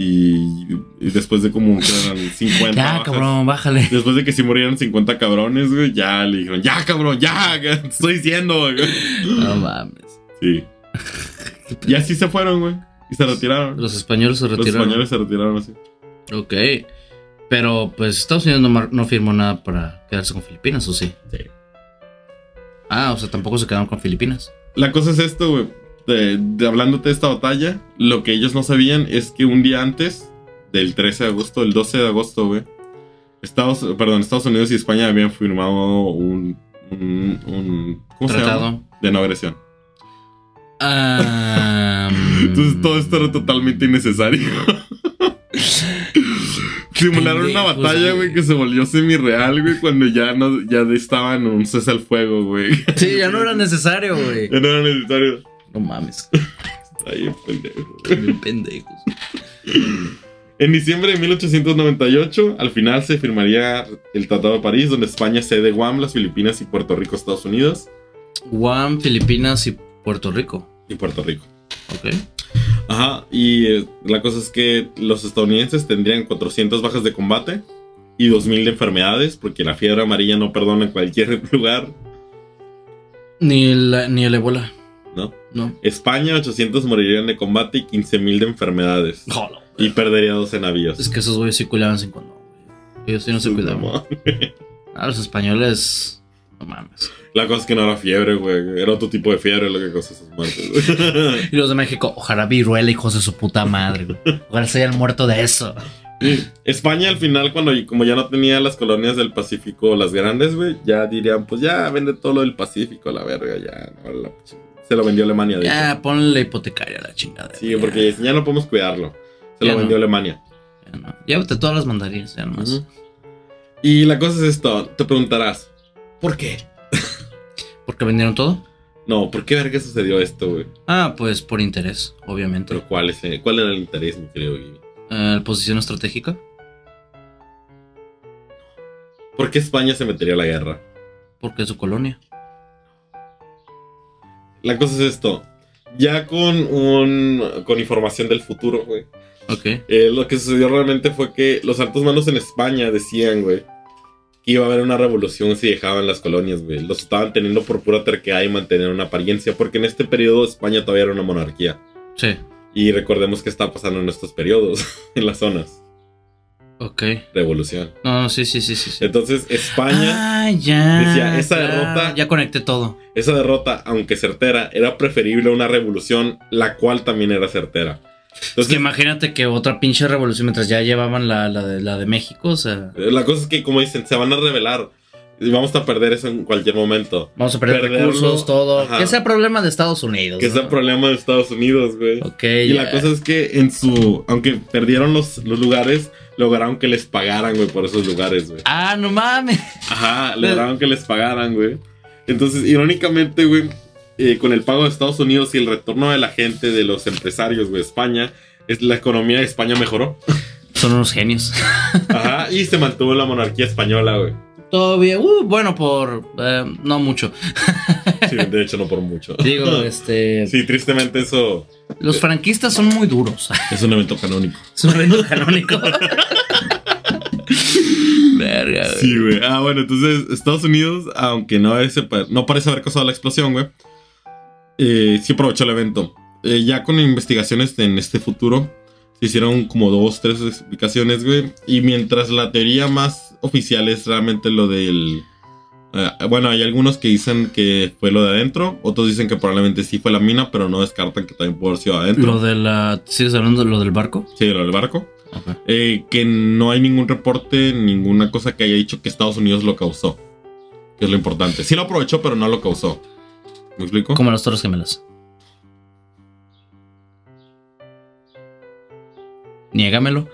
Y, y después de como que eran 50. Ya, bajas, cabrón, bájale. Después de que sí murieron 50 cabrones, güey, ya le dijeron, ya cabrón, ya, te estoy diciendo, güey. No mames. Sí. Y así se fueron, güey. Y se retiraron. Los españoles se Los retiraron. españoles se retiraron así. Ok. Pero pues Estados Unidos no, mar- no firmó nada para quedarse con Filipinas, ¿o sí? Sí. Ah, o sea, tampoco se quedaron con Filipinas. La cosa es esto, güey. De, de- hablándote de esta batalla, lo que ellos no sabían es que un día antes, del 13 de agosto, el 12 de agosto, güey, Estados, perdón, Estados Unidos y España habían firmado un, un, un- ¿cómo se llama? Tratado. De no agresión. Ah, (laughs) mm, Entonces todo esto era totalmente (laughs) innecesario. Simularon una Pendejos, batalla, güey, güey. que se volvió semi-real, güey, cuando ya, no, ya estaban en un (laughs) cese al fuego, güey. Sí, ya no era necesario, güey. Ya no era necesario. No mames. Está bien pendejo. Bien pendejos. En diciembre de 1898, al final se firmaría el Tratado de París, donde España cede Guam, las Filipinas y Puerto Rico, a Estados Unidos Guam, Filipinas y Puerto Rico. y Puerto Rico. Ok. Ajá, y eh, la cosa es que los estadounidenses tendrían 400 bajas de combate y 2000 de enfermedades, porque la fiebre amarilla no perdona en cualquier (laughs) lugar, Ni, la, ni el ebola. ¿no? No. España, 800 morirían de combate y 15000 de enfermedades. Jolo. Y perdería 12 navíos. Es que esos güeyes sí cuidaban sin condón, güey. Ellos sí no se cuidaban. Ah, los españoles. No mames. La cosa es que no era fiebre, güey. Era otro tipo de fiebre lo que causó esas muertes. (laughs) güey. Y los de México, ojalá viruela, hijos de su puta madre, güey. Ojalá se hayan muerto de eso. España al final, cuando como ya no tenía las colonias del Pacífico, las grandes, güey, ya dirían, pues ya vende todo lo del Pacífico, la verga, ya. no vale la ch- se lo vendió Alemania, de hecho. Ya, ponle hipotecaria a la chingada. Sí, porque dicen, ya no podemos cuidarlo. Se lo Ya no. vendió Alemania. Ya no. Llévate todas las mandarinas, ya nomás. Ujú. Y la cosa es esto, te preguntarás, ¿por qué? ¿Por qué vendieron todo? No, ¿por qué verga sucedió esto, güey? Ah, pues por interés, obviamente. Pero ¿cuál, es, eh? ¿cuál era el interés, mi querido Gui? Eh, posición estratégica. ¿Por qué España se metería a la guerra? Porque es su colonia. La cosa es esto. Ya con un con información del futuro, güey. Ok. eh, lo que sucedió realmente fue que los altos manos en España decían, güey, que iba a haber una revolución si dejaban las colonias, güey. Los estaban teniendo por pura terquedad y mantener una apariencia, porque en este periodo España todavía era una monarquía. Sí. Y recordemos qué está pasando en estos periodos, (laughs) en las zonas. Ok. Revolución. No, no, sí, sí, sí, sí. sí. Entonces, España, ah, ya. Decía, esa claro, derrota- Ya conecté todo. esa derrota, aunque certera, era preferible a una revolución, la cual también era certera. Es que Entonces, imagínate que otra pinche revolución mientras ya llevaban la, la, de, la de México. O sea, eh, la cosa es que, como dicen, se van a rebelar. Y vamos a perder eso en cualquier momento. vamos a perder Perderlo, recursos, todo. ajá. Que sea problema de Estados Unidos. Que es ¿no? el problema de Estados Unidos, güey. Ok. Y la ya. cosa es que en su. Aunque perdieron los, los lugares, lograron que les pagaran, güey, por esos lugares, güey. Ah, no mames. Ajá, lograron que les pagaran, güey. Entonces, irónicamente, güey, eh, con el pago de Estados Unidos y el retorno de la gente, de los empresarios, güey, España, es, la economía de España (laughs) mejoró. Son unos genios. Ajá, y se mantuvo la monarquía española, güey. Todo bien. Uh, bueno, por. eh, no mucho. Sí, de hecho, no por mucho. Digo, (laughs) este. Sí, tristemente eso Los franquistas son muy duros. (laughs) es un evento canónico. Es un reino canónico. (laughs) Verga, güey. Sí, güey. Ah, bueno, entonces Estados Unidos, aunque no, ese pa- no parece haber causado la explosión, güey, eh, sí aprovechó el evento. Eh, ya con investigaciones en este futuro, se hicieron como dos, tres explicaciones, güey. Y mientras la teoría más oficial es realmente lo del... eh, bueno, hay algunos que dicen que fue lo de adentro, otros dicen que probablemente sí fue la mina, pero no descartan que también pudo haber sido adentro. Lo de la. ¿Sigues hablando de lo del barco? Sí, lo del barco. Eh, que no hay ningún reporte, ninguna cosa que haya dicho que Estados Unidos lo causó. Que es lo importante. Sí lo aprovechó, pero no lo causó. ¿Me explico? Como las Torres Gemelas. (laughs) Niégamelo.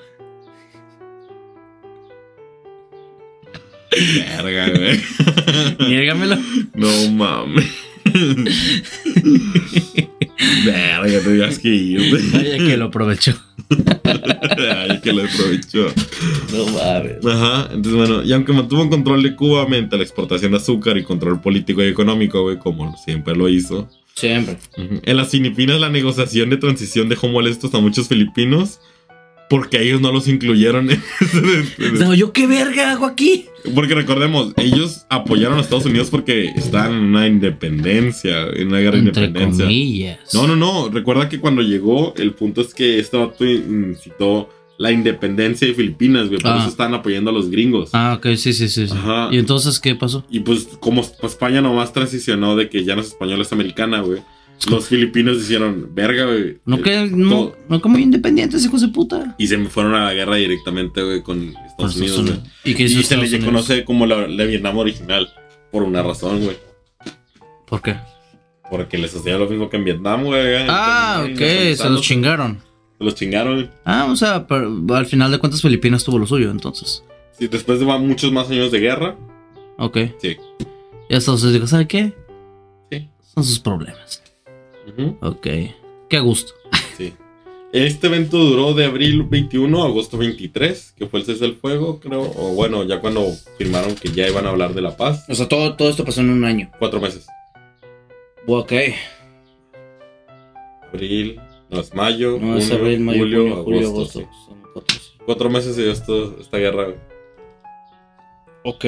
Verga, güey. Niégamelo. No mames. Verga, tenías que ir. Vaya que lo aprovechó. Ay, que lo aprovechó. No mames. Ajá, entonces bueno, y aunque mantuvo un control de Cuba mediante la exportación de azúcar y control político y económico, güey, como siempre lo hizo, Siempre. Ujú. En las Filipinas la negociación de transición dejó molestos a muchos filipinos porque ellos no los incluyeron. en (laughs) ese- No, yo qué verga hago aquí. porque recordemos, ellos apoyaron a Estados Unidos porque estaban en una independencia, en una guerra de Entre independencia. comillas. No, no, no. Recuerda que cuando llegó, el punto es que este vato incitó la independencia de Filipinas, güey. Por Ah. eso estaban apoyando a los gringos. Ah, ok, sí, sí, sí. sí. Ajá. ¿Y entonces qué pasó? Y pues como España nomás transicionó de que ya no es española, es americana, güey. Los filipinos dijeron, verga, güey. eh, No que no, todo. no como independientes, hijos de puta. Y se me fueron a la guerra directamente, güey, con Por Estados eso Unidos, son- güey. ¿Y qué hizo Y se Estados le Unidos? conoce como la, la Vietnam original. Por una razón, güey. ¿Por Eh, qué? Porque les hacían lo mismo que en Vietnam, güey. Ah, Entonces, ok, ahí se chingaron. los chingaron. Se los chingaron. Ah, o sea, pero al final de cuentas Filipinas tuvo lo suyo, entonces. Sí, después de va- muchos más años de guerra. Ok. Sí. Y hasta entonces digo, ¿sabe qué? Sí. Son sus problemas. Ujú. Ok. Que Qué gusto. Sí. Este evento duró de abril 21 a agosto 23, que fue el cese del fuego, creo. O bueno, ya cuando firmaron que ya iban a hablar de la paz. O sea, todo, todo esto pasó en un año. Cuatro meses. Ok. Abril, no es mayo, No, es junio, abril, mayo, julio, junio, julio, agosto. agosto. sí. Son cuatro, sí. Cuatro meses se dio esto- esta guerra. güey. Ok.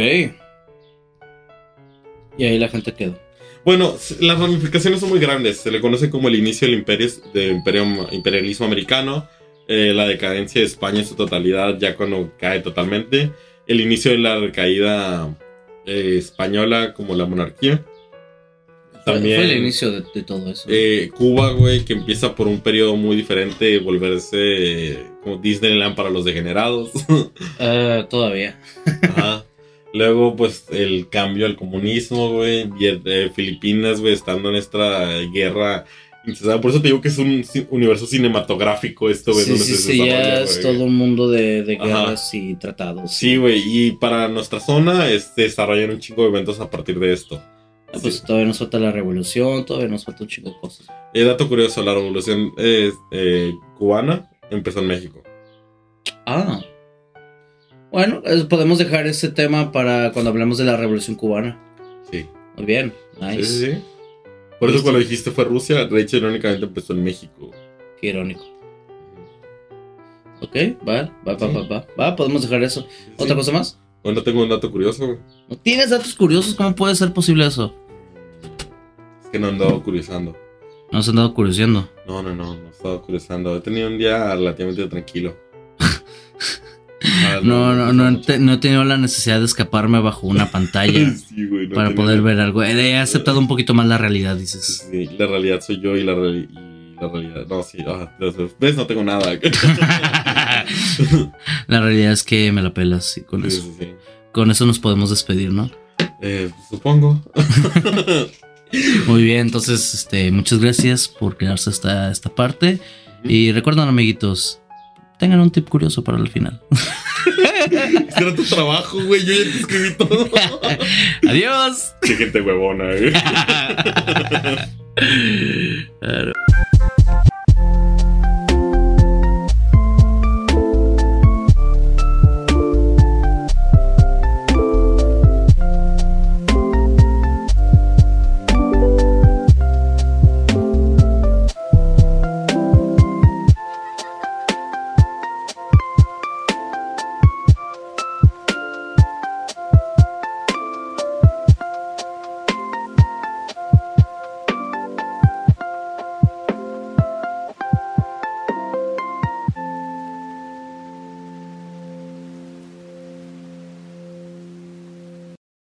Y ahí la gente quedó. Bueno, s- las ramificaciones son muy grandes. Se le conoce como el inicio del imperio, del imperio- imperialismo americano, eh, la decadencia de España en su totalidad, ya cuando cae totalmente, el inicio de la recaída eh, española como la monarquía. Fue- También Fue el inicio de, de todo eso. eh, Cuba, güey, que empieza por un periodo muy diferente, volverse eh, como Disneyland para los degenerados. (laughs) Ah, todavía. Ajá. Luego, pues, el cambio al comunismo, güey. Viet- eh, Filipinas, güey, estando en esta guerra incesante. Por eso te digo que es un ci- universo cinematográfico esto, güey. sí, donde sí, se sí, ya desarrolla, es güey. todo un mundo de, de Ajá. guerras y tratados. Sí, güey. Y para nuestra zona, este, desarrollan un chingo de eventos a partir de esto. Ah, pues todavía nos falta la revolución, todavía nos falta un chico de cosas. Eh, dato curioso, la revolución eh, eh, cubana empezó en México. Ah. Bueno, es- podemos dejar ese tema para cuando hablemos de la revolución cubana. Sí. Muy bien, Sí, nice. sí, sí. Por eso cuando dijiste fue Rusia, de hecho, irónicamente empezó en México. Qué irónico. Ok, va, va, va, Sí. va, va, va, podemos dejar eso. ¿Otra cosa más? Bueno, tengo un dato curioso, güey. ¿No ¿Tienes datos curiosos? ¿Cómo puede ser posible eso? Es que no he andado curiosando. No se han dado curioseando. No, no, no, no he estado cruzando. He tenido un día relativamente tranquilo. Ah, (laughs) No, no, no, no, te- no he tenido la necesidad de escaparme bajo una pantalla (laughs) Sí, güey, no he para tenido- poder ver algo. He he aceptado un poquito más la realidad, dices. Sí, la realidad soy yo y la, reali- y la realidad. No, sí, ah, entonces, ves, no tengo (laughs) nada. La realidad es que me la pelas sí, con Sí, eso. sí, sí. Con eso nos podemos despedir, ¿no? Eh, supongo. Muy bien, entonces, este, muchas gracias por quedarse hasta esta parte. Y recuerden, amiguitos, tengan un tip curioso para el final. (laughs) Este era tu trabajo, güey. Yo ya te escribí (laughs) todo. Adiós. Qué gente huevona, güey. Claro.